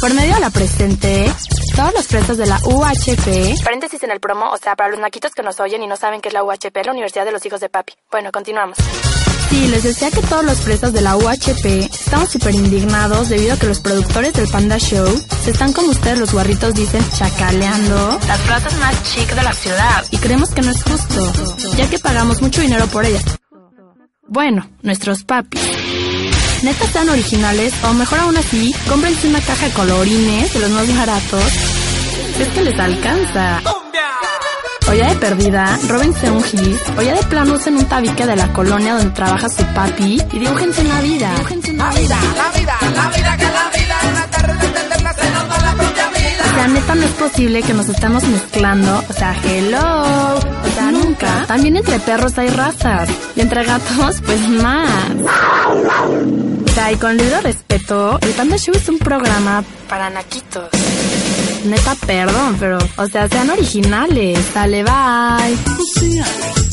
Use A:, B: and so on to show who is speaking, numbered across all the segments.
A: Por medio de la presente, todos los presos de la UHP,
B: Paréntesis en el promo, o sea, para los naquitos que nos oyen y no saben que es la UHP, la Universidad de los Hijos de Papi. Bueno, continuamos.
A: sí, les decía que todos los presos de la UHP estamos súper indignados debido a que los productores del Panda Show se están, como ustedes los guarritos dicen, chacaleando
B: Las plazas más chic de la ciudad.
A: y creemos que no es justo, ya que pagamos mucho dinero por ellas. Bueno, nuestros papis. Neta tan originales, o mejor aún así, cómprense una caja de colorines de los más baratos. si Es que les alcanza. O ya de perdida, róbense un gis, o ya de plano usen un tabique de la colonia donde trabaja su papi y dibújense una vida. una vida. O sea, neta, no es posible que nos estamos mezclando. O sea, hello. O sea, nunca. También entre perros hay razas. Y entre gatos, pues más. O sea, y con debido respeto, el Panda Show es un programa,
B: Para naquitos.
A: neta, perdón, pero, o sea, sean originales. Dale, bye.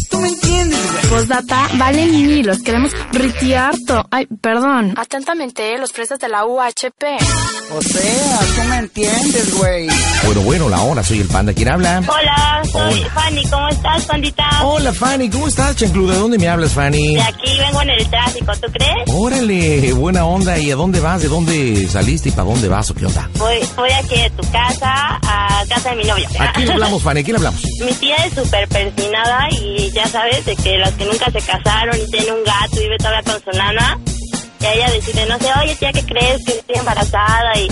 C: Tú me entiendes, güey.
A: Postdata, valen mil, los queremos ritiarto. Ay, perdón.
B: Atentamente, los presos de la UHP.
C: O sea, tú me entiendes, güey.
D: Bueno, bueno, la hora, soy el panda. ¿Quién habla?
E: Hola, soy Fanny, ¿cómo estás, pandita?
D: Hola, Fanny, ¿cómo estás, chancluda? ¿De dónde me hablas, Fanny?
E: De aquí vengo en el tráfico, ¿tú crees?
D: Órale, buena onda. ¿Y a dónde vas? ¿De dónde saliste y para dónde vas o qué onda?
E: Voy, voy aquí de tu casa a casa de mi novia.
D: ¿A quién hablamos, Fanny? ¿A quién hablamos?
E: mi tía es súper persinada y ya sabes de que las que nunca se casaron y tiene un gato y vive todavía con su nana, y ella decide, no sé, oye tía, ¿qué crees? Que estoy embarazada y,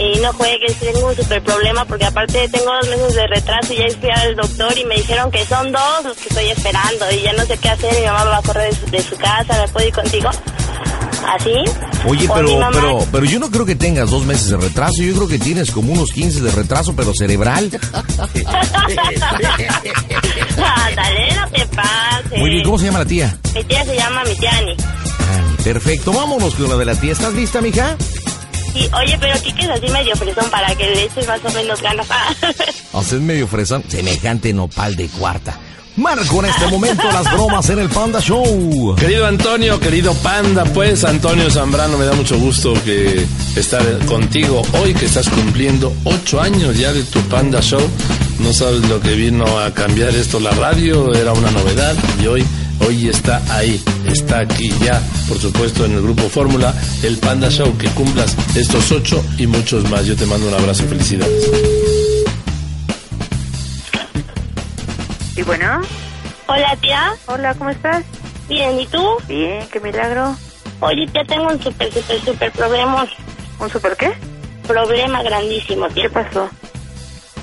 E: y no juegues, tengo un súper problema porque aparte tengo dos meses de retraso y ya fui al doctor y me dijeron que son dos los que estoy esperando y ya no sé qué hacer, mi mamá me va a correr de su, de su casa, ¿me puedo ir contigo? ¿Así?
D: Oye,
E: O mi
D: pero,
E: mamá-
D: pero, pero yo no creo que tengas dos meses de retraso. Yo creo que tienes como unos 15 de retraso, pero cerebral.
E: Ándale, no te pases.
D: Muy bien, ¿cómo se llama la tía?
E: Mi tía se llama Mitiani.
D: Fanny, perfecto. Vámonos con la de la tía. ¿Estás lista, mija?
E: Sí, oye, pero Kike es así medio fresón para que le eches más o menos ganas. Ah,
D: O sea, es medio fresón. Semejante nopal de cuarta. Marco en este momento las bromas en el Panda Show.
F: Querido Antonio, querido Panda, pues Antonio Zambrano, me da mucho gusto que estar contigo hoy, que estás cumpliendo ocho años ya de tu Panda Show. No sabes lo que vino a cambiar esto, la radio era una novedad y hoy, hoy está ahí, está aquí ya, por supuesto en el grupo Fórmula, el Panda Show, que cumplas estos ocho y muchos más. Yo te mando un abrazo, felicidades.
G: Y bueno,
E: Hola, tía.
G: hola, ¿cómo estás?
E: Bien, ¿y tú?
G: Bien, qué milagro.
E: Oye, tía, tengo un súper, súper, súper problema.
G: ¿Un super qué?
E: Problema grandísimo, tía. Pues,
G: ¿Qué pasó?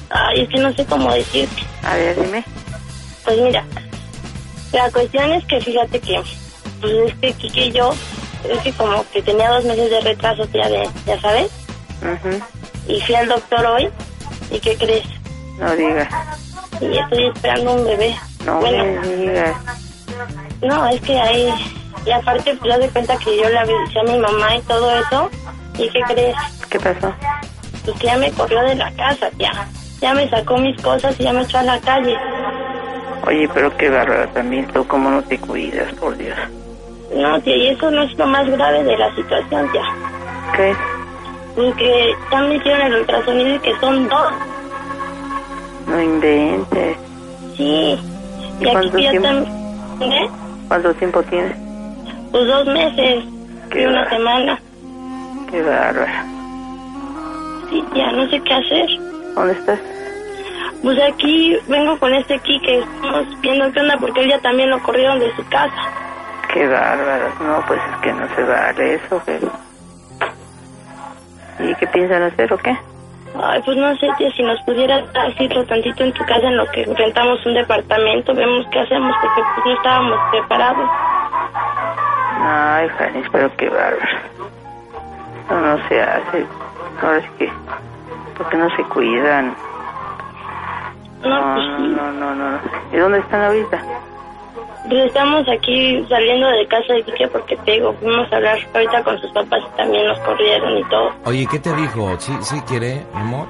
E: Ay, es que no sé cómo decirte.
G: A ver, dime.
E: Pues mira, la cuestión es que fíjate que, pues es que Kike y yo, es que como que tenía dos meses de retraso, tía, de, ya sabes.
G: Ujú,
E: Y fui al doctor hoy, ¿y qué crees?
G: No digas.
E: Y estoy esperando un bebé.
G: No
E: bueno,
G: me digas.
E: No, es que ahí. Y aparte, pues, haz de cuenta que yo le avisé a mi mamá y todo eso. ¿Y qué crees?
G: ¿Qué pasó?
E: Pues que ya me corrió de la casa, ya. Ya me sacó mis cosas y ya me echó a la calle.
G: Oye, pero qué bárbara también tú, cómo no te cuidas, por Dios.
E: No, tía, y eso no es lo más grave de la situación, tía.
G: ¿Qué?
E: Ni que ya me hicieron el ultrasonido y que son dos.
G: No inventes.
E: Sí. Y
G: ¿Y
E: aquí
G: cuánto
E: que yo
G: tiempo?
E: también. ¿Eh?
G: ¿Cuánto tiempo tienes?
E: Pues dos meses.
G: Qué
E: Y una
G: bárbaro.
E: semana.
G: Qué bárbara.
E: Sí, tía, no sé qué hacer.
G: ¿Dónde estás?
E: Pues aquí vengo con este Kike. Estamos viendo qué onda porque él ya también lo corrieron de su casa.
G: Qué bárbara. No, pues es que no se vale eso. que- ¿Y qué piensan hacer o qué?
E: Ay, pues no sé, tía, si nos pudieras decirlo tantito en tu casa en lo que rentamos un departamento, vemos qué hacemos, porque pues no estábamos preparados.
G: Ay, Janis, pero qué bárbaro. No, no se hace. Ahora sí que. Porque no se cuidan.
E: No,
G: No,
E: pues
G: no,
E: sí.
G: no, no, no. no. ¿Y dónde están ahorita?
E: Pues estamos aquí saliendo de casa de Quique porque te digo, fuimos a hablar ahorita con sus papás y también nos corrieron y todo.
H: Oye, ¿qué te dijo? ¿Sí, sí quiere, mi amor?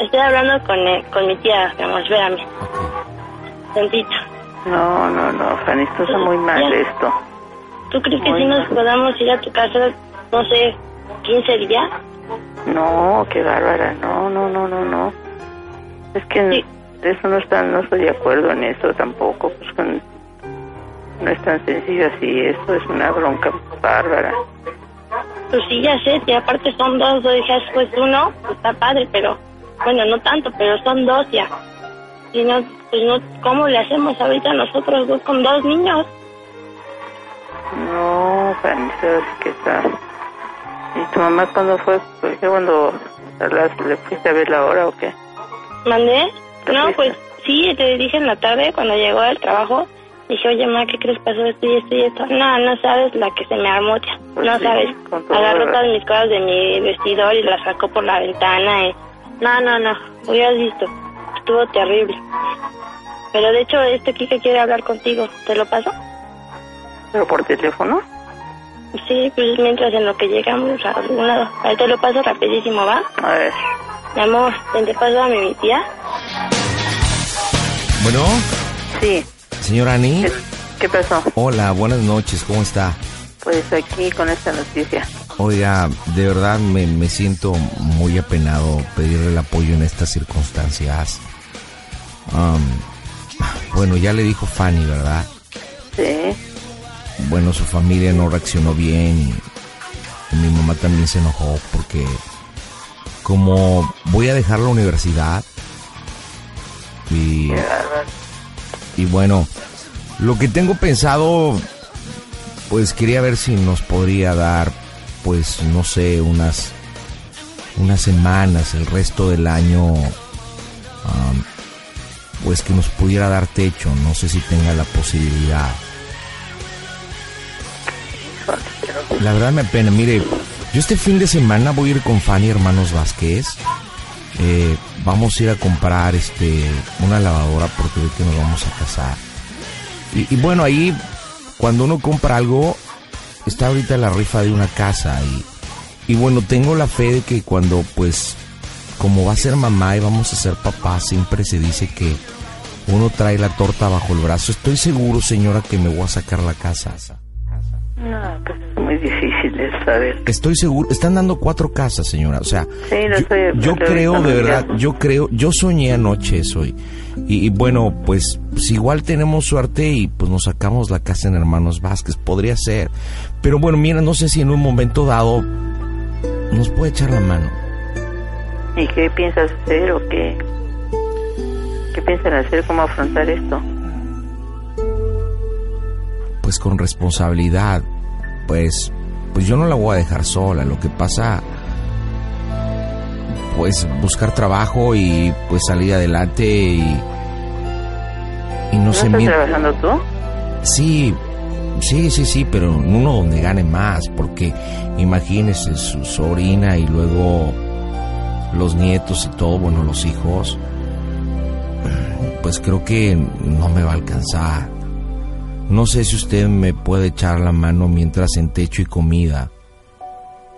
E: Estoy hablando con, eh, con mi tía, mi amor, espérame, tantito.
G: No, no, no, Janis, tú está muy mal
E: Ya.
G: esto.
E: ¿Tú crees que
G: Ay,
E: si
G: no.
E: nos podamos ir a tu casa, no sé, 15 días?
G: No, qué bárbara. No, no, no, no, no. Es que
E: Sí.
G: de eso no está, no estoy de acuerdo en eso tampoco. Pues con, no es tan sencillo así. Esto es una bronca bárbara.
E: Pues sí, ya sé, y aparte son dos, yo dije, "Ah, pues uno, pues está padre, pero bueno, no tanto, pero son dos ya. Y no, pues no, ¿cómo le hacemos ahorita nosotros dos con dos niños?
G: No, Vanessa, es que está. ¿Y tu mamá cuándo fue? ¿Por qué cuando hablaste, le fuiste a ver la hora o qué?
E: ¿Mandé? No,
G: Perfecto.
E: pues sí, te dije en la tarde cuando llegó del trabajo. Dije, oye, ma, ¿qué crees? Pasó esto y esto y esto. No, no sabes la que se me armó ya.
G: Pues
E: no
G: sí,
E: sabes.
G: con toda
E: Agarró
G: la-
E: todas mis cosas de mi vestidor y las sacó por la ventana. Y... No, no, no. Hubieras visto. Estuvo terrible. Pero de hecho, este Kike quiere hablar contigo. ¿Te lo paso?
G: ¿Pero por teléfono?
E: Sí, pues mientras en lo que llegamos a algún lado. Ahí te lo paso rapidísimo, ¿va?
G: A ver.
E: Mi amor, ¿te paso a mi tía?
D: Bueno,
G: Sí,
D: señora Ani.
G: ¿qué, qué pasó?
D: Hola, buenas noches, ¿cómo está?
G: Pues aquí con esta noticia.
D: Oiga, de verdad me, me siento muy apenado pedirle el apoyo en estas circunstancias. Am, bueno, ya le dijo Fanny, ¿verdad?
G: Sí,
D: Bueno, su familia no reaccionó bien y mi mamá también se enojó porque como voy a dejar la universidad y, y bueno, lo que tengo pensado, pues quería ver si nos podría dar, pues no sé, unas, unas semanas, el resto del año, am, pues que nos pudiera dar techo, no sé si tenga la posibilidad. La verdad me apena. Mire, yo este fin de semana voy a ir con Fanny Hermanos Vázquez. Eh, vamos a ir a comprar este una lavadora porque ve que nos vamos a casar. Y, y bueno, ahí cuando uno compra algo, está ahorita la rifa de una casa. Y, y bueno, tengo la fe de que cuando pues, como va a ser mamá y vamos a ser papá, siempre se dice que uno trae la torta bajo el brazo. Estoy seguro, señora, que me voy a sacar la casa.
G: no, pues es muy difícil de saber.
D: Estoy seguro, están dando cuatro casas, señora. O sea,
G: Sí,
D: yo,
G: lo estoy- lo
D: yo
G: estoy
D: creo de
G: escuchando.
D: verdad, yo creo, yo soñé anoche eso y, y- y bueno, pues, pues igual tenemos suerte y pues nos sacamos la casa en Hermanos Vázquez, podría ser. Pero bueno, mira, no sé si en un momento dado nos puede echar la mano.
G: ¿Y qué piensas hacer o qué? ¿Qué piensan hacer? ¿Cómo afrontar esto?
D: pues con responsabilidad, pues, pues yo no la voy a dejar sola. Lo que pasa, pues buscar trabajo y pues salir adelante y, y no,
G: ¿No
D: se
G: estás
D: mira.
G: trabajando tú?
D: Sí, sí, sí, sí, pero en uno donde gane más, porque imagínese su sobrina y luego los nietos y todo, bueno, los hijos, pues creo que no me va a alcanzar. No sé si usted me puede echar la mano mientras en techo y comida.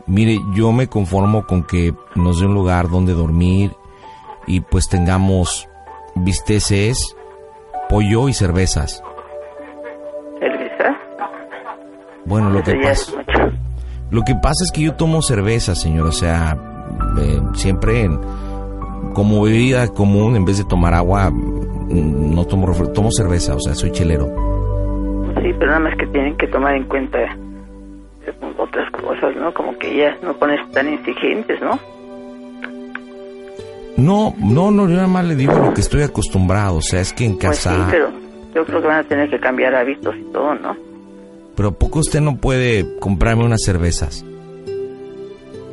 D: Mire, yo me conformo con que nos dé un lugar donde dormir y pues tengamos bisteces, pollo y cervezas.
G: ¿Cerveza?
D: Bueno, lo
G: Eso
D: que
G: ya
D: pasa,
G: es mucho.
D: lo que pasa es que yo tomo cerveza, señor, o sea, eh, siempre en- como bebida común en vez de tomar agua mm, no tomo refre- tomo cerveza, o sea, soy chelero.
G: Sí, pero nada más que tienen que tomar en cuenta eh, otras cosas, ¿no? Como que ya no pones tan exigentes, ¿no?
D: No, no, no, yo nada más le digo lo que estoy acostumbrado, o sea, es que en
G: Pues sí,
D: casa,
G: pero yo creo que van a tener que cambiar hábitos y todo, ¿no?
D: pero ¿a poco usted no puede comprarme unas cervezas.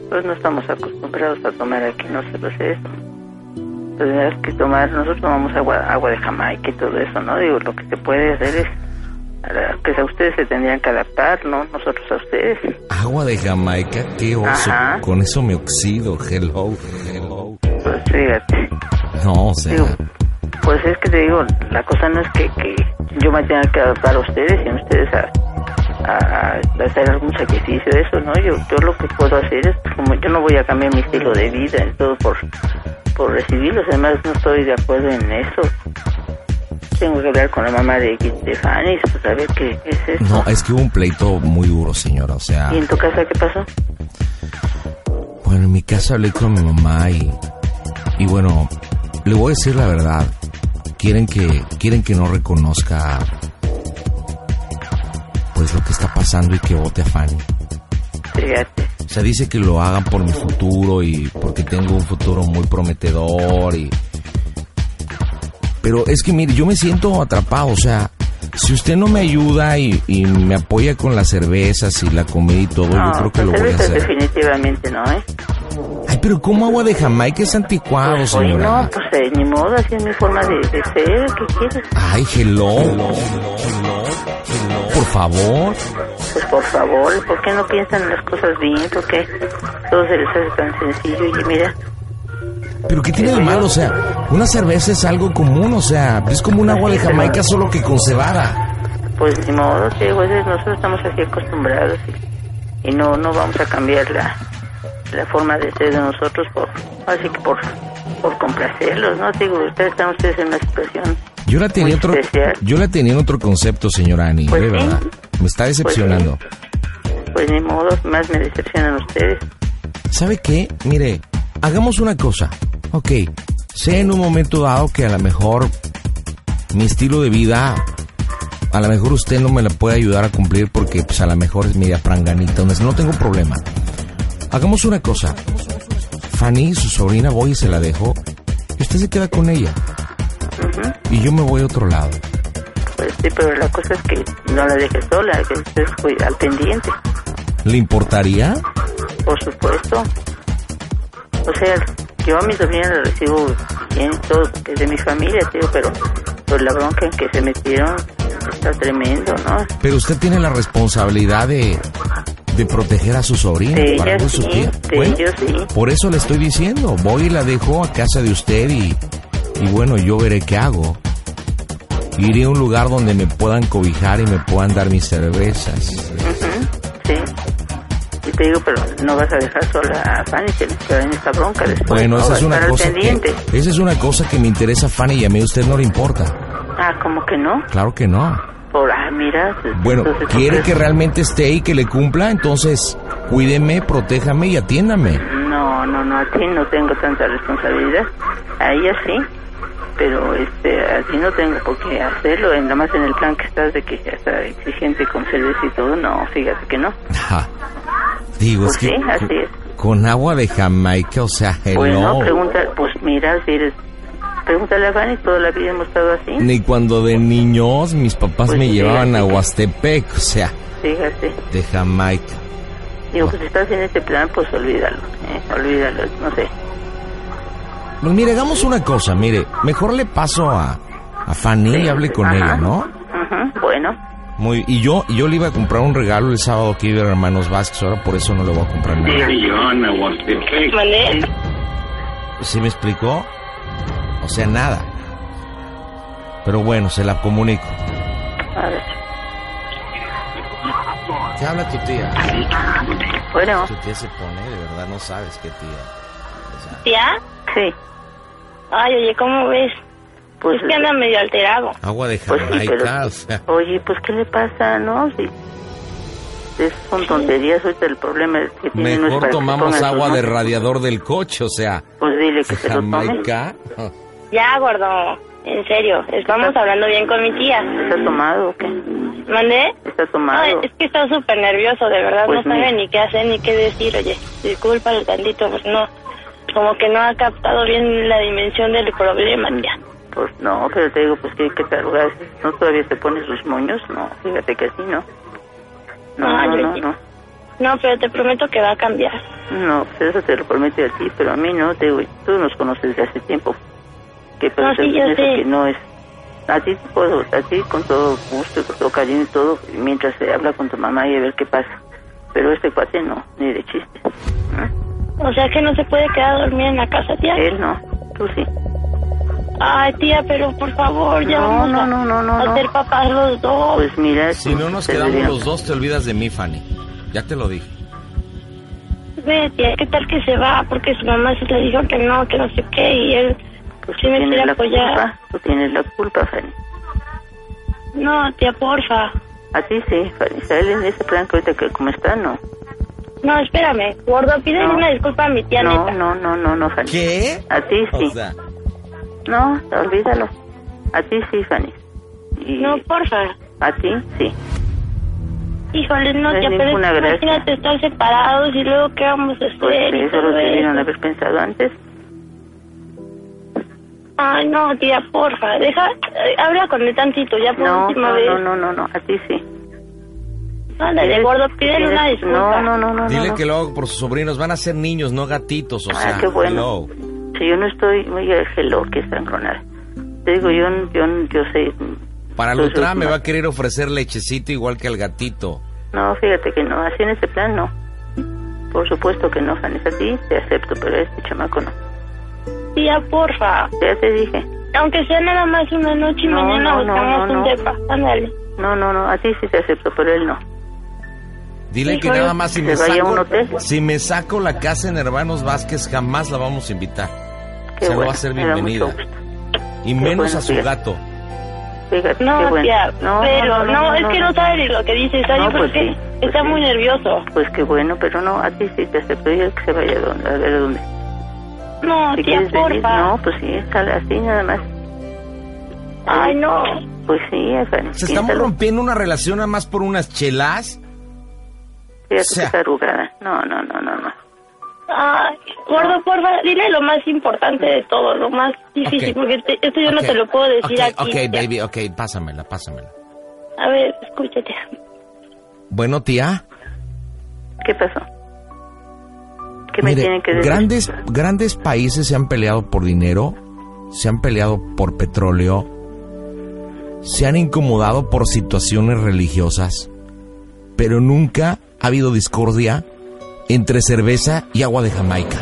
G: Pues no estamos acostumbrados a tomar aquí, no se hace eso. Tendrás que tomar, nosotros tomamos agua, agua de Jamaica y todo eso, ¿no? Digo, lo que se puede hacer es, a la- pues a ustedes se tendrían que adaptar, ¿no? Nosotros a ustedes.
D: Agua de Jamaica, qué oso,
G: Ajá.
D: con eso me oxido, hello, hello.
G: Pues fíjate.
D: No, o sea,
G: Digo, pues es que te digo, la cosa no es que, que yo me tenga que adaptar a ustedes y a ustedes a, a- a hacer algún sacrificio, eso, ¿no? Yo, yo lo que puedo hacer es, pues, como yo no voy a cambiar mi estilo de vida, en todo por, por recibirlos, además no estoy de acuerdo en eso. Tengo que hablar con la mamá de, de Fanny, pues a ver qué, qué es eso.
D: ah. no, es que hubo un pleito muy duro, señora, o sea,
G: ¿Y en tu casa qué pasó?
D: Bueno, en mi casa hablé con mi mamá y, y bueno, le voy a decir la verdad. Quieren que, quieren que no reconozca pues lo que está pasando y que vote a Fanny.
G: Fíjate.
D: Se dice que lo hagan por mi futuro y porque tengo un futuro muy prometedor y... Pero es que mire, yo me siento atrapado, o sea, si usted no me ayuda y, y me apoya con las cervezas y la comida y todo, yo creo que lo
G: con
D: voy a
G: cervezas
D: hacer.
G: pues definitivamente no, ¿eh?
D: Ay, pero ¿cómo agua de Jamaica es anticuado,
G: Oye, no,
D: Ah, señora?
G: pues eh, ni modo, así es mi forma de, de ser, ¿qué quieres?
D: Ay, hello. Por favor.
G: Pues por favor, ¿por qué no piensan las cosas bien? ¿Por qué todo se les hace tan sencillo? Y mira,
D: Pero ¿qué tiene de malo? O sea, una cerveza es algo común, o sea, es como un agua de Jamaica solo que con cebada.
G: pues ni modo, te digo, es- nosotros estamos así acostumbrados y, y no no vamos a cambiar la, la forma de ser de nosotros por así que por por complacerlos, ¿no? Te digo, ustedes están ustedes en una situación
D: Yo la tenía
G: Muy
D: otro,
G: especial.
D: yo la tenía en otro concepto, señora Ani,
G: Pues
D: de
G: sí.
D: verdad. Me está decepcionando.
G: Pues ni modo, más me decepcionan ustedes.
D: ¿Sabe qué? Mire, hagamos una cosa. Ok, sé en un momento dado que a lo mejor mi estilo de vida, a lo mejor usted no me la puede ayudar a cumplir porque pues a lo mejor es media pranganita, no no tengo problema. Hagamos una cosa. Fanny, su sobrina, voy y se la dejo. Y usted se queda con ella. Y yo me voy a otro lado.
G: Pues sí, pero la cosa es que no la dejes sola, que estés cu- al pendiente,
D: ¿Le importaría?
G: por supuesto. O sea, yo a mi sobrina la recibo bien y todo, porque es de mi familia, tío, pero pues la bronca en que se metieron está tremendo, ¿no?
D: Pero usted tiene la responsabilidad de, de proteger a su sobrina.
G: De
D: para
G: ella
D: algo es su
G: sí,
D: tía.
G: de
D: Bueno,
G: ellos sí.
D: Por eso le estoy diciendo, voy y la dejo a casa de usted y, y bueno, yo veré qué hago. Iré a un lugar donde me puedan cobijar y me puedan dar mis cervezas.
G: Sí. Y te digo, pero no vas a dejar sola a Fanny, tienes que dar en esta bronca después.
D: Bueno,
G: ¿no?
D: esa es una
G: Estar al
D: cosa que,
G: pendiente.
D: esa es una cosa que me interesa, Fanny, y a mí a usted no le importa.
G: Ah, ¿cómo que no?
D: Claro que no.
G: Por, ah, mira.
D: Bueno,
G: entonces, ¿tú
D: quiere
G: crees?
D: que realmente esté y que le cumpla, entonces cuídeme, protéjame y atiéndame.
G: No, no, no, a ti no tengo tanta responsabilidad. A ella sí, pero este, a ti no tengo por qué hacerlo. en- Nada más en el plan que estás de que ya está exigente con cerveza y todo, no, fíjate que no.
D: Ajá. Digo,
G: Pues
D: es que
G: sí, así es.
D: con agua de Jamaica, o sea, hello.
G: Bueno, pregunta, pues mira, si eres. Pregúntale a Fanny, toda la vida hemos estado así.
D: Ni cuando de niños mis papás
G: Pues
D: me
G: sí,
D: llevaban
G: así
D: a
G: que-
D: Huastepec, o sea,
G: Fíjate.
D: de Jamaica.
G: Digo, pues si estás en este plan, pues olvídalo, ¿eh? olvídalo, no sé.
D: Pues mire, hagamos una cosa, mire, mejor le paso a, a Fanny y hable con
G: Ajá.
D: ella, ¿no?
G: Ujú, Bueno,
D: Muy, y yo, y yo le iba a comprar un regalo el sábado que iba a Hermanos Vázquez, ahora por eso no le voy a comprar nada.
E: ¿Mandé?
D: ¿Sí me explicó? O sea, nada. Pero bueno, se la comunico.
G: a ver.
D: Te habla tu tía.
G: Bueno,
D: Tu tía se pone, de verdad no sabes qué tía.
E: ¿Tía?
G: sí,
E: Ay, oye, ¿cómo ves?
G: pues.
E: Es que anda medio alterado.
D: Agua de
G: Pues sí, pero-
D: Jamaica, o sea.
G: Oye, pues ¿qué le pasa, no? Si es- son tonterías, ahorita el problema es que tiene no es para
D: Mejor
G: que
D: tomamos
G: pongan sus
D: agua de
G: nombres.
D: radiador del coche, o sea,
G: Pues dile que se lo tome.
D: Jamaica.
E: Ya, gordo. En serio, estamos hablando bien con mi tía.
G: ¿Está tomado o qué?
E: ¿Mandé?
G: ¿Está
E: Ay,
G: tomado?
E: es que está súper nervioso, de verdad,
G: Pues
E: no sabe
G: mira.
E: ni qué hacer ni qué decir, oye, discúlpalo tantito, pues no, como que no ha captado bien la dimensión del problema, tía.
G: Pues no, pero te digo, pues ¿qué, qué tal? güey? ¿No todavía se pone sus moños? No, fíjate que así no. No,
E: Ay,
G: no, no,
E: oye.
G: no.
E: No, pero te prometo que va a cambiar.
G: No, pues eso te lo prometo a ti, pero a mí no, te digo, tú nos conoces desde hace tiempo. Que pero
E: No, sí, yo sé.
G: que no es. A ti te puedo, a ti con todo gusto, con todo cariño y todo, mientras se habla con tu mamá y a ver qué pasa. Pero este cuate no, ni de chiste. ¿eh?
E: O sea que no se puede quedar dormida en la casa, tía.
G: Él no, tú sí.
E: Ay, tía, pero por favor, Pues ya
G: No,
E: vamos
G: no,
E: a,
G: no, no, no,
E: a
G: no.
E: ser papás los dos.
G: Pues mira,
D: Si no nos
G: te pues
D: quedamos
G: diría,
D: los dos, te olvidas de mí, Fanny. Ya te lo dije.
E: Ve, tía, ¿qué tal que se va? Porque su mamá sí le dijo que no, que no sé qué, y él
G: pues
E: sí
G: tú
E: me
G: tienes
E: quiere
G: la
E: apoyar.
G: culpa, tú tienes la culpa, Fanny.
E: No, tía, porfa.
G: A ti sí, Fanny. A él en ese plan que ahorita que como está, no.
E: No, espérame. Gordo, pídele
G: No.
E: una disculpa a mi tía
G: No,
E: neta.
G: no, no, no, no, Fanny.
H: ¿Qué?
G: A ti sí.
H: O sea,
G: No, olvídalo. A ti sí, Fanny. Y
E: No, porfa.
G: a ti sí.
E: Híjole, no,
G: No es
E: tía, pero es
G: ninguna
E: que
G: gracia.
E: imagínate estar separados y luego qué vamos a hacer
G: Pues
E: y
G: eso
E: todo
G: lo debieron
E: eso.
G: haber pensado antes.
E: Ay, no, tía, porfa, deja, eh, habla con él tantito, ya por
G: No,
E: última
G: no,
E: vez.
G: no, no, no, no, a ti sí.
E: Ándale, gordo, pídele
G: Tienes-
E: una disculpa.
G: No, no, no, no.
H: dile
G: no, no.
H: que lo hago por sus sobrinos. Van a ser niños, no gatitos. O
G: Ah,
H: sea,
G: qué bueno.
H: hello.
G: Si yo no estoy muy hello, que sangronada. Te digo, yo, yo, yo sé.
H: Para
G: Pues,
H: Lutra me
G: no.
H: va a querer ofrecer lechecito igual que al gatito.
G: No, fíjate que no, así en ese plan no. Por supuesto que no, Fanny, a ti te acepto, pero a este chamaco no.
E: Tía, porfa,
G: Ya te dije.
E: aunque sea nada más una noche y
G: No,
E: mañana
G: no, no,
E: buscamos
G: no,
E: un
G: no.
E: depa. Ándale.
G: No, no, no, a ti sí te acepto, pero él no.
H: Dile que
E: Híjole,
H: nada más si
G: que
H: me
G: vaya a
H: saco,
G: un hotel.
H: si me saco la casa en Hermanos Vázquez jamás la vamos a invitar.
G: Qué
H: Se lo
G: bueno,
H: va a ser
G: me da mucho
H: bienvenida.
G: gusto.
H: Y menos
G: bueno,
H: a su
G: tía.
H: gato.
G: Fíjate, qué
E: No,
G: bueno.
E: tía, pero no, es que no, sabe ni lo que dice, ¿sabes?
G: No, pues
E: Porque
G: sí, pues
E: está
G: sí.
E: muy nervioso.
G: Pues qué bueno, pero no, a ti sí te acepto, y él que se vaya a, donde, a ver a dónde.
E: No,
G: Si
E: tía,
G: quieres
E: porfa.
G: venir, no, pues sí, sale así nada más.
E: Ay, no.
G: Pues sí, Fanny.
H: Se estamos
G: piénsalo.
H: rompiendo una relación nada más por unas chelas.
G: Sí,
H: O sea.
G: es arrugada. No, no, no, no, no.
E: Ay, gordo, porfa, dile lo más importante de todo, lo más difícil,
H: Ok.
E: porque te- esto yo no
H: Ok.
E: te lo puedo decir
H: Ok,
E: aquí.
H: Ok,
E: tía.
H: baby, ok, pásamela, pásamela.
E: A ver, escúchate.
H: Bueno, tía.
G: ¿Qué pasó? ¿Qué me
D: Mire,
G: tienen que decir?
D: Grandes, grandes países se han peleado por dinero, se han peleado por petróleo, se han incomodado por situaciones religiosas, pero nunca ha habido discordia entre cerveza y agua de Jamaica.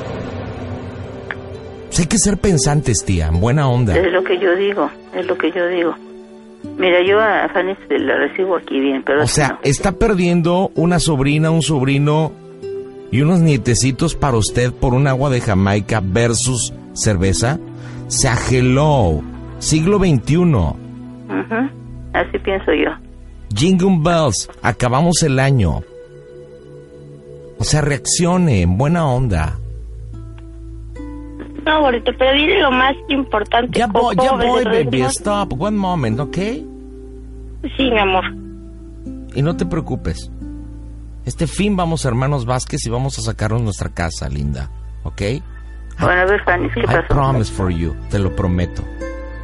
D: O sea, hay que ser pensantes, tía, en buena onda.
G: Es lo que yo digo, es lo que yo digo. Mira, yo a Fanny se la recibo aquí bien, pero...
D: O sea,
G: no.
D: está perdiendo una sobrina, un sobrino y unos nietecitos para usted por un agua de Jamaica versus cerveza. Se hello, siglo XXI, eh,
G: Ujú, Así pienso yo.
D: Jingle Bells, acabamos el año. O sea, reaccione, en buena onda.
E: No, gordito, pero dile lo más importante.
D: Ya voy, ya
E: ¿Cómo ves?
D: voy,
E: ¿Lo
D: baby,
E: decimos?
D: stop, one moment, ¿ok?
E: Sí, mi amor.
D: Y no te preocupes. Este fin vamos a Hermanos Vázquez y vamos a sacarnos nuestra casa, linda, ¿ok?
G: Bueno, a ver, Fanny, ¿qué
D: I
G: pasó?
D: promise for you, te lo prometo.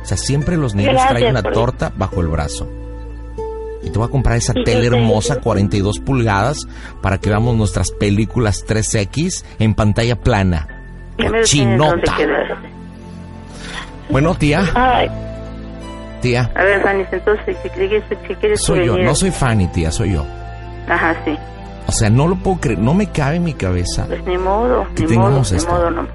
D: O sea, siempre los niños
E: Gracias
D: traen una
E: por-
D: torta bajo el brazo. Y te voy a comprar esa
E: Sí,
D: tele
E: yo sé.
D: hermosa, 42 pulgadas, para que veamos nuestras películas 3X en pantalla plana.
G: Ya me detienen dónde
D: Chinota.
G: quedaste.
D: Bueno, tía,
E: Ay,
D: tía,
G: A ver, Fanny, entonces, si quieres, si quieres
D: soy yo.
G: venir-
D: No soy Fanny, tía, soy yo.
G: Ajá, sí.
D: O sea, no lo puedo creer, no me cabe en mi cabeza.
G: Pues ni modo,
D: Que
G: ni modo,
D: tengamos
G: ni
D: esto.
G: modo, no.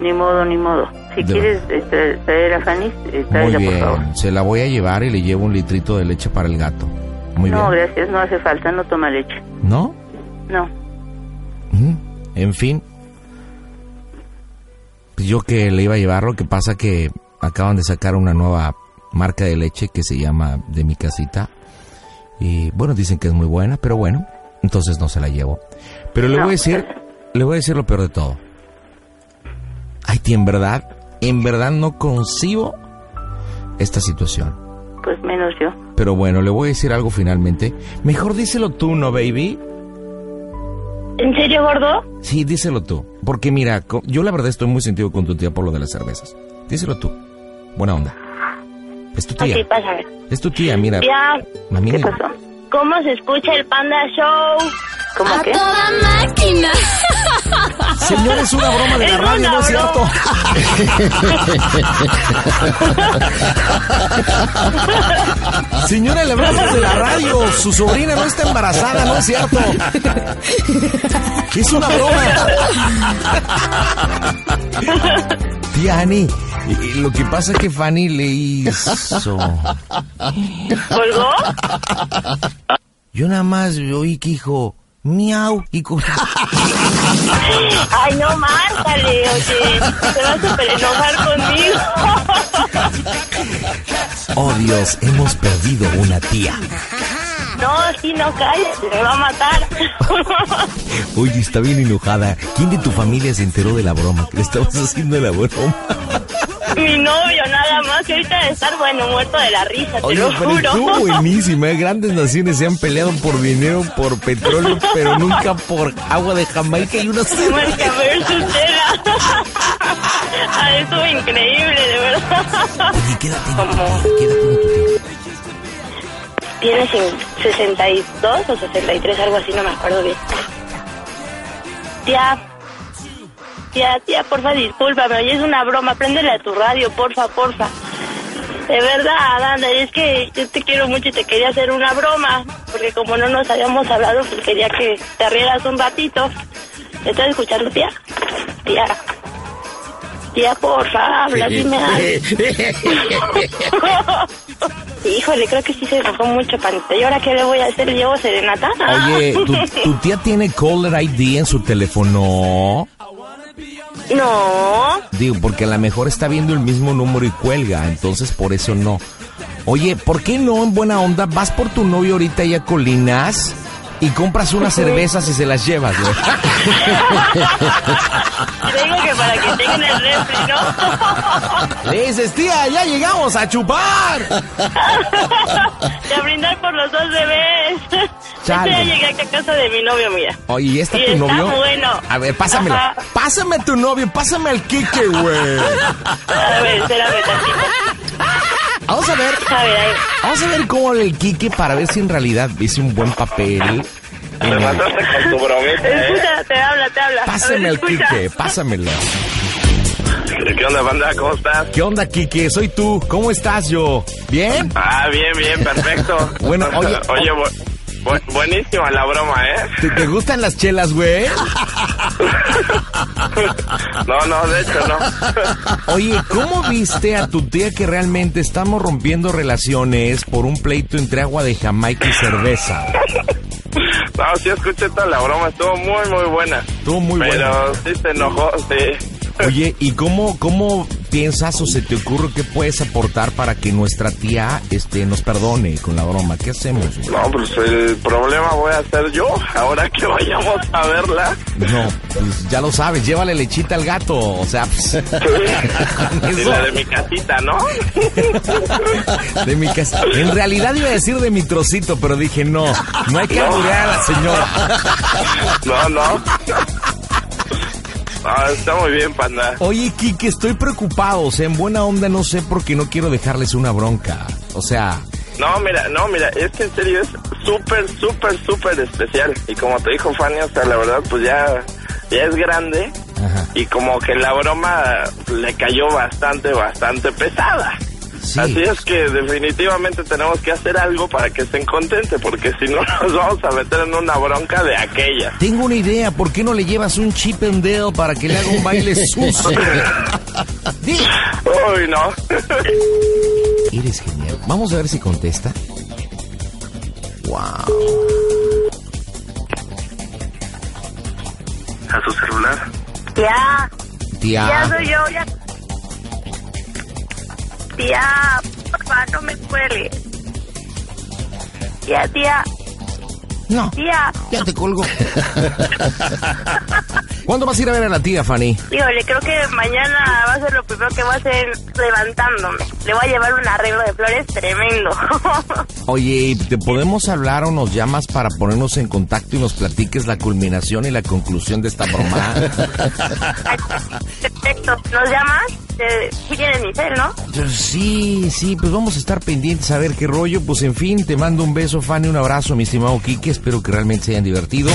G: Ni modo, ni modo. Si
D: De
G: quieres eh, tra- traer a Fanny, eh,
D: Muy
G: tráela, por favor.
D: bien, se la voy a llevar y le llevo un litrito de leche para el gato. Muy
G: No,
D: bien.
G: gracias, no hace falta, no toma leche.
D: ¿No?
G: No.
D: Ujú. En fin. Pues Yo que le iba a llevar, lo que pasa que acaban de sacar una nueva marca de leche que se llama De mi casita. Y bueno, dicen que es muy buena, pero bueno, entonces no se la llevo. Pero le
G: No,
D: voy a decir, le voy a decir lo peor de todo. Ay, tía, en verdad, en verdad no concibo esta situación.
G: Pues menos yo.
D: Pero bueno, le voy a decir algo finalmente. Mejor díselo tú, ¿no, baby?
E: ¿En serio, gordo?
D: Sí, díselo tú. Porque mira, co- yo la verdad estoy muy sentido con tu tía por lo de las cervezas. Díselo tú. Buena onda. Es tu tía.
E: Ok, pásame.
D: Es tu tía, mira.
E: Ya,
D: A mí
G: ¿Qué
D: me-
G: pasó?
E: ¿cómo se escucha el Panda Show?
G: ¿Cómo qué?
D: Señor, es una broma de la
E: Es
D: radio,
E: una
D: ¿no es
E: broma.
D: cierto? Señora, la broma es de la radio. Su sobrina no está embarazada, ¿no es cierto? Es una broma. Tía Ani, y- y lo que pasa es que Fanny le hizo...
E: ¿Colgó?
D: Yo nada más oí que dijo, miau, y co-
E: Ay, no, márcale, oye. Se va a super enojar conmigo.
D: Oh Dios, hemos perdido una tía.
E: No, sí, no, cállate, me va a matar.
D: Oye, está bien enojada. ¿Quién de tu familia se enteró de la broma? ¿Que le estabas haciendo la broma?
E: Mi novio, nada más, que ahorita de estar, bueno, muerto de la risa, te
D: Oye,
E: lo
D: pero
E: juro.
D: estuvo buenísima. ¿eh? Grandes naciones se han peleado por dinero, por petróleo, pero nunca por agua de Jamaica y una cena.
E: Marca versus tela. Ah, estuvo increíble, de verdad.
D: Oye, quédate, en tu tele, quédate en tu tele.
E: Tiene cin- 62 o 63, algo así, no me acuerdo bien. Tía, tía, tía, porfa, discúlpame, oye, es una broma, préndele a tu radio, porfa, porfa. De verdad, Ana, es que yo te quiero mucho y te quería hacer una broma, porque como no nos habíamos hablado, pues quería que te rieras un ratito. ¿Me estás escuchando, tía? Tía. Tía, porfa, habla, dime algo. Híjole, creo que sí se enojó mucho, panita. ¿Y ahora qué le voy a hacer? ¿Llevo serenata?
D: Oye, ¿tu, tu tía tiene caller ID en su teléfono?
E: No.
D: Digo, porque a lo mejor está viendo el mismo número y cuelga, entonces por eso no. Oye, ¿por qué no en buena onda vas por tu novio ahorita allá a Colinas y compras unas cervezas y se las llevas, güey?
E: Ah, Tengo que para que tengan el refri, ¿no?
D: Le dices, tía, ya llegamos a chupar.
E: De a brindar por los dos bebés.
D: Chale. Oh.
E: Yo ya llegué aquí a casa de mi novio, mira.
D: Oye, ¿y está
E: Y
D: tu
E: está
D: novio?
E: bueno.
D: A ver, pásamelo.
E: Ajá.
D: Pásame a tu novio, pásame al Kike, güey.
E: A ver, espérame tantito.
D: Vamos a ver,
E: A ver, a ver.
D: vamos a ver cómo el Kike para ver si en realidad hizo un buen papel. en el-
F: con tu bromita,
E: Escucha, te habla, te habla. A ver,
D: Pásame al
E: escucha.
D: Kike, pásamelo.
F: ¿Qué onda, banda? ¿Cómo estás?
D: ¿Qué onda, Kike? Soy tú. ¿Cómo estás yo? ¿Bien?
I: Ah, bien, bien, perfecto.
D: Bueno, oye-
I: oye bu- bu- buenísima la broma, ¿eh?
D: ¿Te, te gustan las chelas, güey?
I: No, no, de hecho no.
D: Oye, ¿cómo viste a tu tía que realmente estamos rompiendo relaciones por un pleito entre agua de Jamaica y cerveza?
I: No, sí escuché toda la broma, estuvo muy, muy buena.
D: Estuvo muy buena.
I: Pero sí se enojó, sí.
D: Oye, ¿y cómo, cómo piensas o se te ocurre que puedes aportar para que nuestra tía este, nos perdone con la broma? ¿Qué hacemos? güey?
I: No, pues el problema voy a hacer yo ahora que vayamos a verla.
D: No, pues ya lo sabes, llévale lechita al gato. O sea, pues,
I: Y
D: eso,
I: la de mi casita, ¿no?
D: de mi casa. En realidad iba a decir de mi trocito, pero dije no, no hay que aburrir a la señora.
I: No, no. No, está muy bien, panda.
D: Oye, Kike, estoy preocupado. O sea, en buena onda no sé porque no quiero dejarles una bronca. O sea,
I: No, mira, no, mira, es que en serio es súper, súper, súper especial. Y como te dijo Fanny, o sea, la verdad, pues ya, ya es grande.
D: Ajá.
I: Y como que la broma le cayó bastante, bastante pesada.
D: Sí.
I: Así es que definitivamente tenemos que hacer algo para que estén contentes, porque si no nos vamos a meter en una bronca de aquella.
D: tengo una idea. ¿Por qué no le llevas un chip and dale para que le haga un baile sucio? Di-
I: Uy, no.
D: Eres genial. Vamos a ver si contesta. Wow.
I: A su celular.
E: Ya, ya
D: Tía,
E: soy yo, ya. Tía, porfa, no me cuele. Tía, tía,
D: no,
E: tía.
D: ya te colgo. ¿Cuándo vas a ir a ver a la tía, Fanny?
E: Híjole, creo que mañana va a ser lo primero que voy a hacer levantándome. Le voy a llevar un arreglo de flores tremendo.
D: Oye, ¿te podemos hablar o nos llamas para ponernos en contacto y nos platiques la culminación y la conclusión de esta broma?
E: Perfecto. ¿Nos llamas? Eh, Sí tienes mi cel, ¿no?
D: Pues sí, sí, pues vamos a estar pendientes a ver qué rollo. Pues en fin, te mando un beso, Fanny, un abrazo, mi estimado Quique. Espero que realmente se hayan divertido.